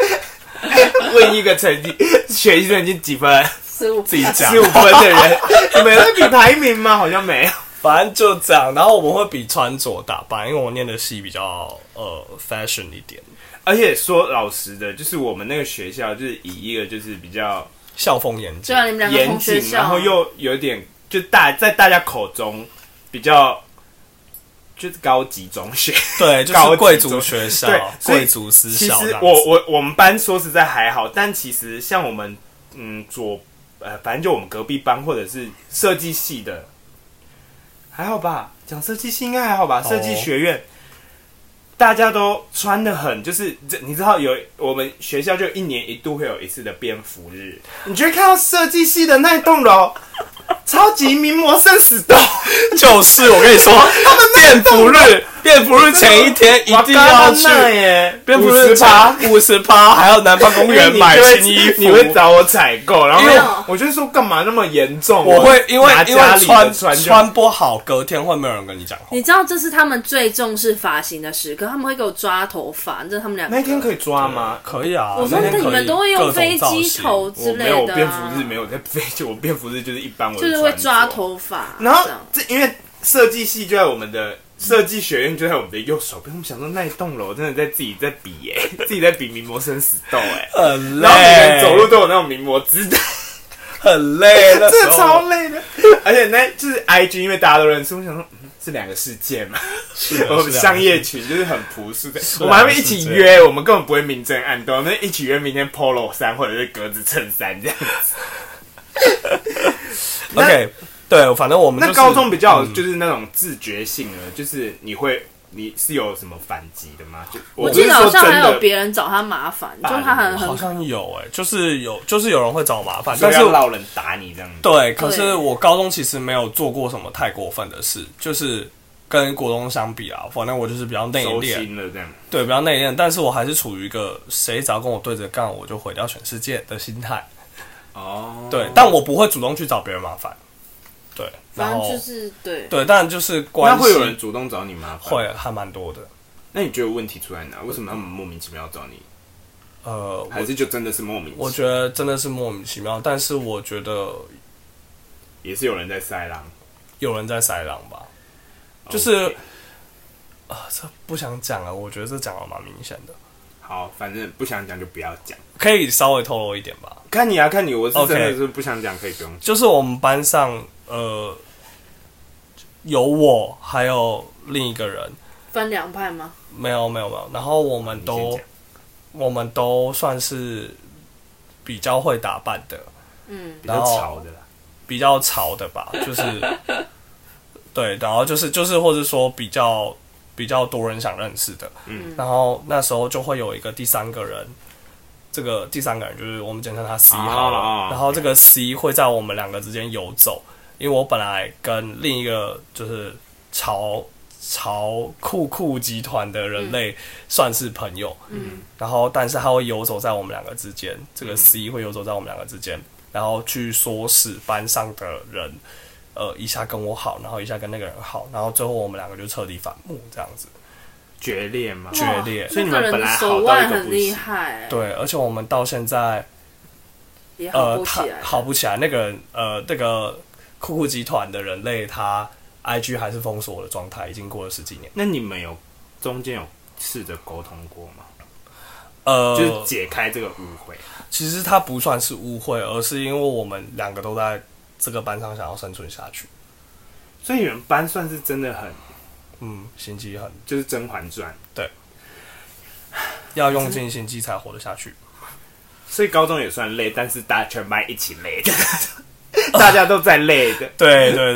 问一个成绩学习成绩几分、十五自己 讲十五分的人，你们有在比排名吗？好像没有。反正就这样。然后我们会比穿着打扮，因为我念的系比较呃 fashion 一点， 而且说老实的，就是我们那个学校就是以一个就是比较校风严对。谨啊，你们两个严同学谨，校，然后又有点就大在大家口中比较就是高级中学，对，就高是级贵族中学校对，所以贵族私其校这实样子。我我我们班说实在还好，但其实像我们嗯左呃，反正就我们隔壁班或者是设计系的，还好吧？讲设计系应该还好吧？哦设计学院。大家都穿的很，就是这你知道有我们学校就一年一度会有一次的蝙蝠日，你就会看到设计系的那一栋 楼，超级名模生死斗，就是我 跟你说，蝙蝠日，蝙蝠日前一天一定要去哇嘎达那耶，蝙蝠日58趴五十趴，还有南方公园买新衣服。你会找我采购，然后因为我就说干嘛那么严重？我会因为拿因家里为的穿穿就穿不好，隔天会没有人跟你讲话。你知道这是他们最重视发型的时刻，他们会给我抓头发，这是他们两个。那一天可以抓吗？可以啊，我说那天你可们以都会用各种飞造机型头我之没有类我的、蝙蝠日没有，有在飞机，我蝙蝠日就是一般我就是会抓。头发，啊然后这样这因为设计系就在我们的设计学院就在我们的右手边，我们想说那一栋楼真的在自己在比耶、 自己在比名模生死斗哎、很 累，然后每个人走路都有那种名模姿态。很累， 那真时的候超累的。而且那就是 IG，因为大家都认识，我想说、嗯、是两个世界嘛。是啊我们是啊商业群就是很朴素的，是啊我们还会一起约，我们根本不会明争暗斗，我们一起约明天 polo 衫或者是格子衬衫 这样子。那 OK，对，反正我们就那是嗯高中比较有就是那种自觉性了，就是你会你是有什么反击的吗？就我我不记是得好说像还真有的，别人找他麻烦，就他很好很像有哎，就是有就是有人会找我麻烦，所但以是要老人打你这样子。对，可对是我高中其实没有做过什么太过分的事，就是跟国中相比啊，反正我就是比较内收敛，心了这样，对，比较内敛，但是我还是处于一个谁只要跟我对着干，我就毁掉全世界的心态。哦，对，但我不会主动去找别人麻烦。对，然反正后就是对，对，但就是那关系会有人主动找你麻烦？会。还蛮多的。那你觉得问题出在哪？为什么他们莫名其妙找你？呃，还是就真的是莫名其妙？我觉得真的是莫名其妙，但是我觉得也是有人在塞狼，有人在塞狼吧，就 OK 是啊，这不想讲了，我觉得这讲的蛮明显的，好，反正不想讲就不要讲。可以稍微透露一点吧。看你啊，看你，我是 OK 真的是不想讲，可以不用讲。就是我们班上呃有我，还有另一个人，分两派吗？没有没有没有，然后我们你先都讲我们都算是比较会打扮的，嗯，比较吵的啦，比较潮的 吧，就是对，然后就是就是或者说比较比较多人想认识的，嗯然后那时候就会有一个第三个人，这个第三个人就是我们简称他 C 好了，啊啊啊然后这个 C 会在我们两个之间游走，因为我本来跟另一个就是潮潮酷酷集团的人类嗯算是朋友，嗯，然后但是他会游走在我们两个之间，这个 C 会游走在我们两个之间，然后去唆使班上的人，呃，一下跟我好，然后一下跟那个人好，然后最后我们两个就彻底反目这样子，哎决裂吗？决裂。所以你那们个人本的来好手到腕一个很不厉行害，对，而且我们到现在，也好呃，不他起来。好不起来。那个人，呃，那个酷酷集团的人类，他 IG 还是封锁的状态，已经过了十几年。那你们有中间有试着沟通过吗？呃，就是解开这个误会。其实它不算是误会，而是因为我们两个都在这个班上想要生存下去。所以你们班算是真的很，嗯，心机很就是《甄嬛传要用尽心机才活得下去。》，所以高中也算累，但是大家全班一起累 的，大家都在累的。对对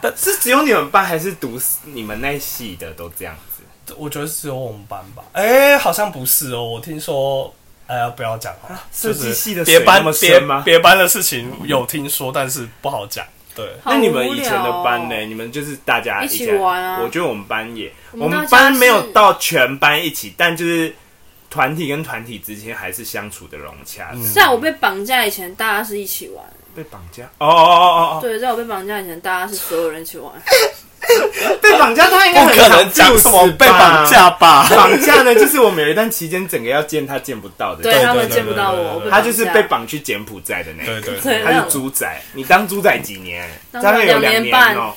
对，是只有你们班还是读你们那系的都这样子？我觉得只有我们班吧。哎、好像不是哦，我听说。哎呀，不要讲好了，设就是计系的别水班那么别深吗别班的事情有听说，但是不好讲。对，好那你们无以聊前的班呢？哦你们就是大家一起来玩啊我觉得我们班也，我我们们大家班是没有到全班一起，但就是团体跟团体之间还是相处的融洽的。在我被绑架以前，大家是一起玩。被绑架？哦哦哦哦对，在我被绑架以前，大家是所有人一 起玩。哦，被绑架他应该不很可能讲 confused 什么被绑吧。架吧？绑架呢，就是我们有一段期间整个要见他见不到的，对，他们对见不到对对我，我对被他就是绑被架绑去柬埔寨的那对个。对对他是猪仔，你当猪仔几年？大概有当两两年年哦、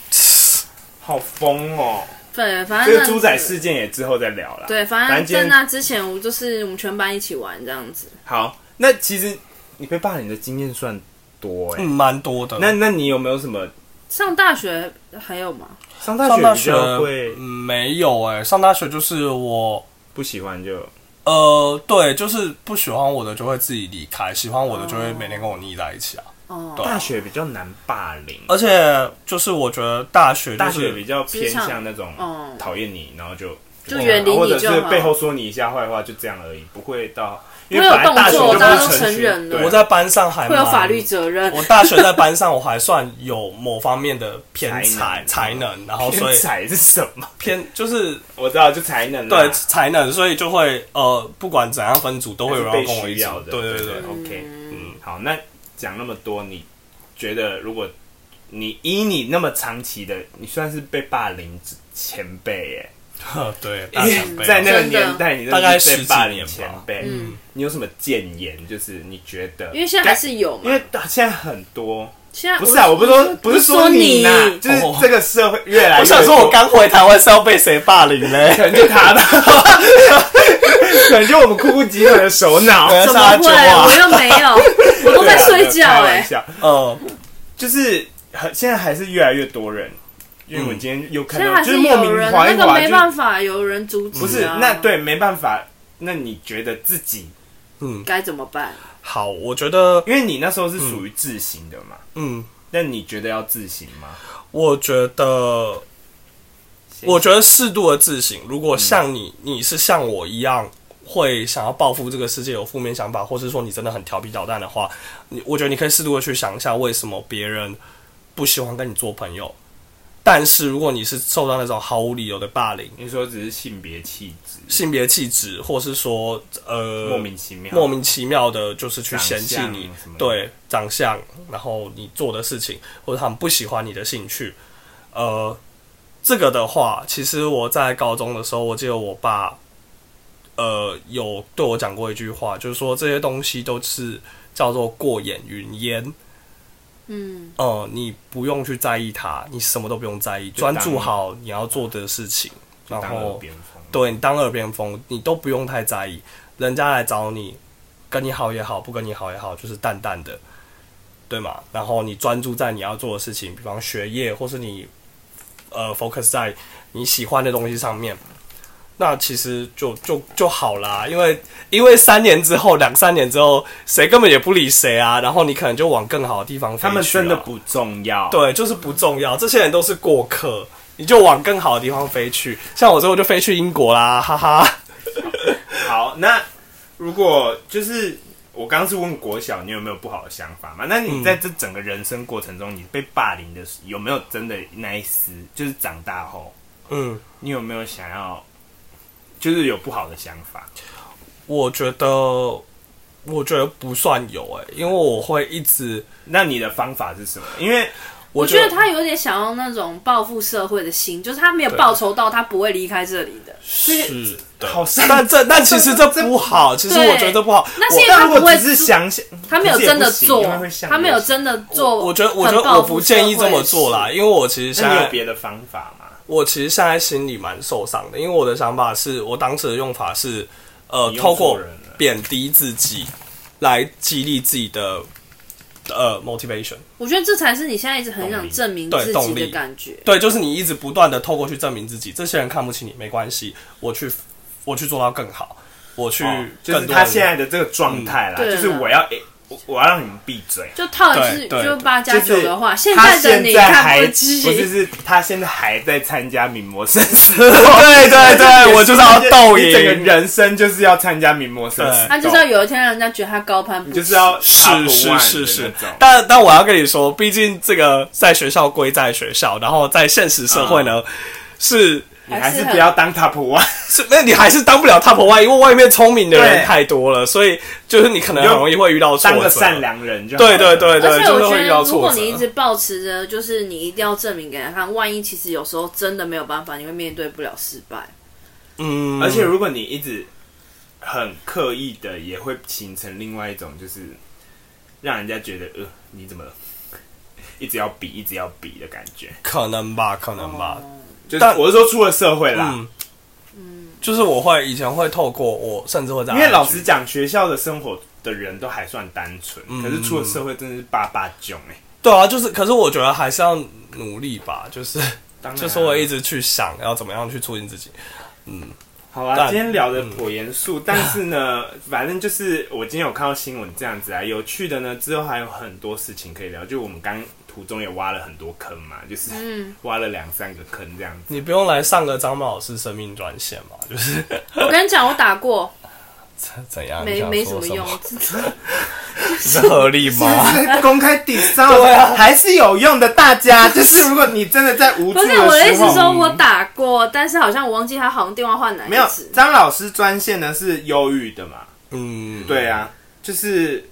好疯哦！对，反这正个猪仔事件也之后再聊啦。对，反反正正今天在那之前，我就是我们全班一起玩这样子。好，那其实你被霸凌的经验算多哎、 嗯，蛮多的。那那你有没有什么上大学还有吗？上大上学大比学较会嗯没有哎、上大学就是我不喜欢就呃，对，就是不喜欢我的就会自己离开，喜欢我的就哦会每天跟我腻在一起啊。哦，对啊大学比较难霸凌，而且就是我觉得大学就大学比是较偏向那种哦讨厌你，然后就就远离你或者就是好背后说你一下坏话，就这样而已，不会到因会为有本来大学动就作不大家是都成学人了对我在班上还会有蛮法律责任。我大学在班上我还算有某方面的偏才才才能能，然后所天以才是什么？偏就是哦我知道，就才能啊啦对才能，所以就会呃，不管怎样分组都会有是人被要跟我一需起要。的，对对对对， ，OK，嗯，好，那讲那么多，你觉得如果你以你那么长期的，你算是被霸凌之前辈耶，呵 对，大前因辈啊为在那个真的年代，你真的大概是十被几霸凌年吧前辈，嗯你有什么谏言？就是你觉得，因为现在还是有因嘛，为现在很多，现在不是啊，我不是说不是说你你呐，就是这个社会越来越，哦我想 说，我刚回台湾是要被谁霸凌嘞？可能就他吧， 可能就我们酷酷集团的首脑。对啊怎是阿么九会？啊我又没 有，我都在睡对觉啊开哎玩。笑 呃，就是很现在还是越来越多人，因为我今天又看嗯现在到，还就是是莫有名人，划那一个划没就办法，有人阻止、啊。不是那对没办法。那你觉得自己，嗯，该怎么办？好，我觉得，因为你那时候是属于自行的嘛？嗯，那你觉得要自行吗？我觉得，谢谢我觉得适度的自省。如果像你，你是像我一样。会想要报复这个世界，有负面想法，或是说你真的很调皮捣蛋的话，你我觉得你可以适度的去想一下，为什么别人不喜欢跟你做朋友。但是如果你是受到那种毫无理由的霸凌，你说只是性别气质，性别气质，或是说呃莫名其妙，莫名其妙的，就是去嫌弃长相你什么的对长相，然后你做的事情，或者他们不喜欢你的兴趣，呃，这个的话，其实我在高中的时候，我记得我爸，呃，有对我讲过一句话，就是说这些东西都是叫做过眼云烟，嗯，呃，你不用去在意它，你什么都不用在意，就当专注好你要做的事情，然当耳后边风。对你当耳边风，你都不用太在意，人家来找你，跟你好也好，不跟你好也好，就是淡淡的，对吗？然后你专注在你要做的事情，比方学业，或是你呃 focus 在你喜欢的东西上面，那其实就就就好啦。因为因为三年之后，两三年之后，谁根本也不理谁啊，然后你可能就往更好的地方飞去、他啊。们真的不重要。，对，就是不重要，这些人都是过客，你就往更好的地方飞去。像我之后就飞去英国啦，哈哈。好，那如果就是我刚刚是问国小，你有没有不好的想法嘛？那你在这整个人生过程中，你被霸凌的时有没有真的那一丝？就是长大后，嗯，你有没有想要，就是有不好的想法？我觉得，我觉得不算有诶、因为我会一直，那你的方法是什么？因为我我觉觉得他有点想要那种报复社会的心，就是他没有报仇到，他不会离开这里的。是的好像但这但其 实这不好，其实对我觉得不好。那是因为但他如不果会只是做想想，他没有真的做可是也不行因为会，像他没有真的做我觉得，我觉很得报我复不建议这么做啦，社会的事。因为我其实现那你有在别的方法吗？我其实现在心里蛮受伤的，因为我的想法是我当时的用法是，呃，你用透过错人了贬低自己来激励自己的呃 motivation。我觉得这才是你现在一直很想证明对自己动的力感觉。对，就是你一直不断的透过去证明自己，这些人看不起你没关系，我去我去做到更好，我去哦就更是多他人、现在的这个状态啦，嗯对就是我要诶，我我要让你们闭嘴。就套一次对对就八加就九是的话，现他在的现你在看还不不是起，是，他现在还在参加名模 生死斗。对对对，我就是要斗你整个赢，人生就是要参加名模生死对他斗就是要，有一天让人家觉得他高攀不你起。就是要是 top 是是 one 的是那种，但但我要跟你说，毕竟这个在学校归在学校，然后在现实社会呢、啊是。你还是还是不要当 top one，是，那你还是当不了 top one，因为外面聪明的对人太多了，所以就是你可能很容易会遇到挫哦当折。个善良人就好对了对对而对，且就我是觉会遇得到，如挫果折。你一直保持着，就是你一定要证明给人家看，万一其实有时候真的没有办法，你会面对不了失败。嗯，而且如果你一直很刻意的，也会形成另外一种，就是让人家觉得呃，你怎么了？一直要比，一直要比的感觉。可能吧，可能吧。哦就是但我是说出了社会啦，嗯，就是我会以前会透过我，甚至会在因为 IG 老实讲，学校的生活的人都还算单纯，嗯可是出了社会真的是八八囧哎。对啊，就是，可是我觉得还是要努力吧，就是当然啊就是我一直去想要怎么样去促进自己。好啊，但今天聊嗯的颇严肃，但是呢，反正就是我今天有看到新闻这样子啊，有趣的呢，之后还有很多事情可以聊，就我们刚途中也挖了很多坑嘛，就是嗯 挖了两三个坑这样 子。你不用来上个张曼老师生命专线嘛，就是 我跟你讲，我打过，怎怎样？啊你没想没说么什用， 是合理 吗？是公开抵 伤，啊还是有用的。大家就是，如果你真的在无助的不是时候，我的意思，说嗯我打过，但是好像我忘记他好像电话换哪没有一次。张老师专线呢是忧郁的嘛？嗯，对啊，就是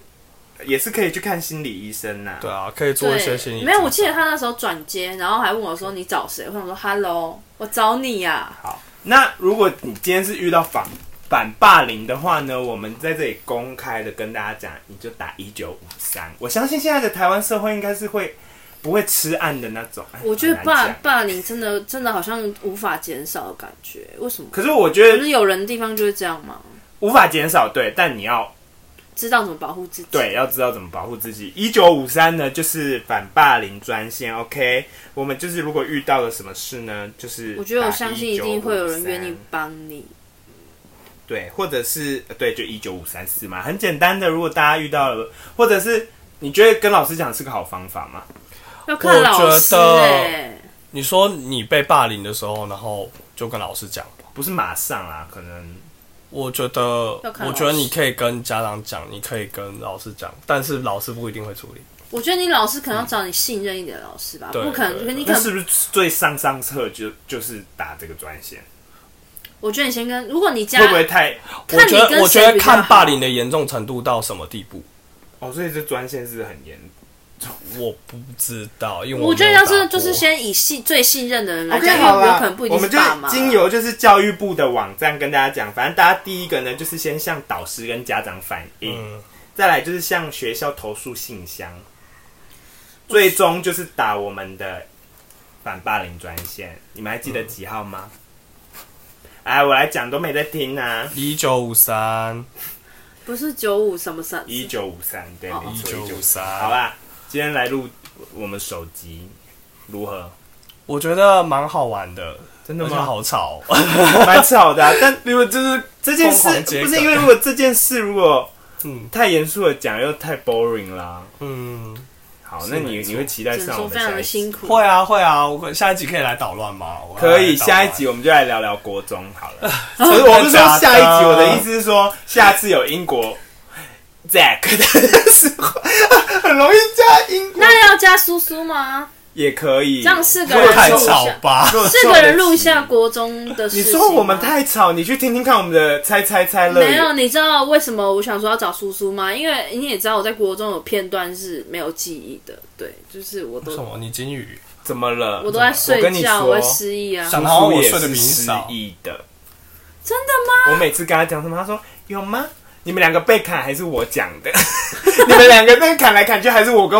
也是可以去看心理医生呐、对啊，可以做一些心对，理。没有，我记得他那时候转接，然后还问我说你找谁？我想说 Hello，我找你啊呀、好，那如果你今天是遇到反反霸凌的话呢，我们在这里公开的跟大家讲，你就打一九五三。我相信现在的台湾社会应该是会不会吃案的那种。我觉得很难霸讲霸凌真的真的好像无法减少的感觉，为什么？可是我觉可得是有人的地方就是这样嘛，无法减少，对，但你要知道怎么保护自己。对，要知道怎么保护自己。一九五三呢，就是反霸凌专线。OK，我们就是如果遇到了什么事呢，就是我觉得我打相信一定会有人愿1953意帮你。对，或者是呃对，就一九五三四嘛，很简单的。如果大家遇到了，或者是你觉得跟老师讲是个好方法吗？要看老师我觉得哎、你说你被霸凌的时候，然后就跟老师讲。不是马上啊，可能我觉得要，看我老觉得师你可以跟家长讲，你可以跟老师讲，但是老师不一定会处理。我觉得你老师可能要找你信任一点的老师吧，对不可能，对可能你可那能是不是最上上策就就是打这个专线？我觉得你先跟，如果你家会不会太我看你觉得，跟我觉谁得比较看好霸凌的严重程度到什么地步，哦？所以这专线是很严。我不知道，因为我觉得没有要是打过就是先以信最信任的人来 OK，讲，因为好有啦可能不一我定是们就爸妈。经由就是教育部的网站跟大家讲，反正大家第一个呢就是先向导师跟家长反映，嗯再来就是向学校投诉信箱，最终就是打我们的反霸凌专线。你们还记得几号吗？哎，我来讲都没在听啊。一九五三，不是九五什么三，一九五三，对，哦没错，一九1953好啦，今天来录我们首集，如何？我觉得蛮好玩的，真那的么吗？好吵， 蛮吵的啊、但因为就是这件事疯狂接不是梗因为如果这件事如果 嗯太严肃的讲又太 boring 啦。嗯，好，是那你没错你会期待只能上我说们非常下的一集？辛苦。会啊会啊，我可下一集可以来捣乱吗？我要可以，来捣乱下一集我们就来聊聊国中好了。 真不的是， 我不是说假下一集，我的意思是说下次有英国 Zack 的时候，很容易加英国那要加苏苏吗？也可以。这样四个如人果太凑录一吵下，吧。如果四凑个得人录一齐下国中的事你情吗。说我们太吵，你去听听看我们的猜猜猜乐没有，园。你知道为什么我想说要找苏苏吗？因为你也知道我在国中有片段是没有记忆的，对，就是我 什都么？你金鱼？怎么了？我都在睡我跟你觉，说我会失忆啊想。叔然后叔我也睡得是比你失少忆的。真的吗？我每次跟他讲什么，他说有吗？你们两个被砍还是我讲的？ 你们两个在砍来砍去，还是 我跟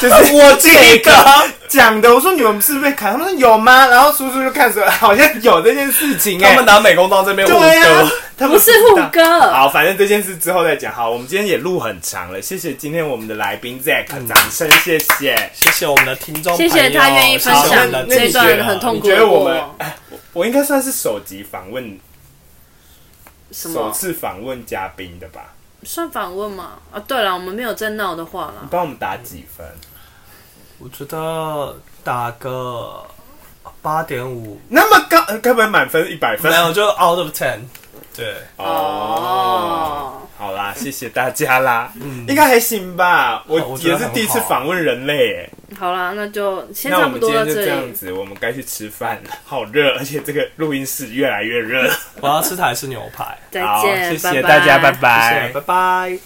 就是我这个讲的？我说你们是不是被砍，他们说有吗？然后叔叔就看出来好像有这件事情、哎他们拿美工刀这边五对呀、个啊，，他们不是知护道哥，好，反正这件事之后再讲。好，我们今天也录很长了，谢谢今天我们的来宾 Zack，掌声谢谢。谢谢我们的听众朋谢友，谢他愿意分好享那那这你一觉得啊段很痛苦你觉的得我过们往。我应该算是首集访问、什首么？次访问嘉宾的吧？算访问嘛？啊，对了，我们没有在闹的话你啦。帮我们打几分？我觉得打个八点五，那么高，呃该不会满分一百分没？有就 out of ten。对，哦，好啦，谢谢大家啦，应该还行吧。我我觉也得是第一次访问人类耶，好啦，那就先那差我不们今多到天就这这样里。子，我们该去吃饭了，好热，而且这个录音室越来越热。我要吃台式牛排。再好，见，谢谢大家，拜谢谢，拜拜。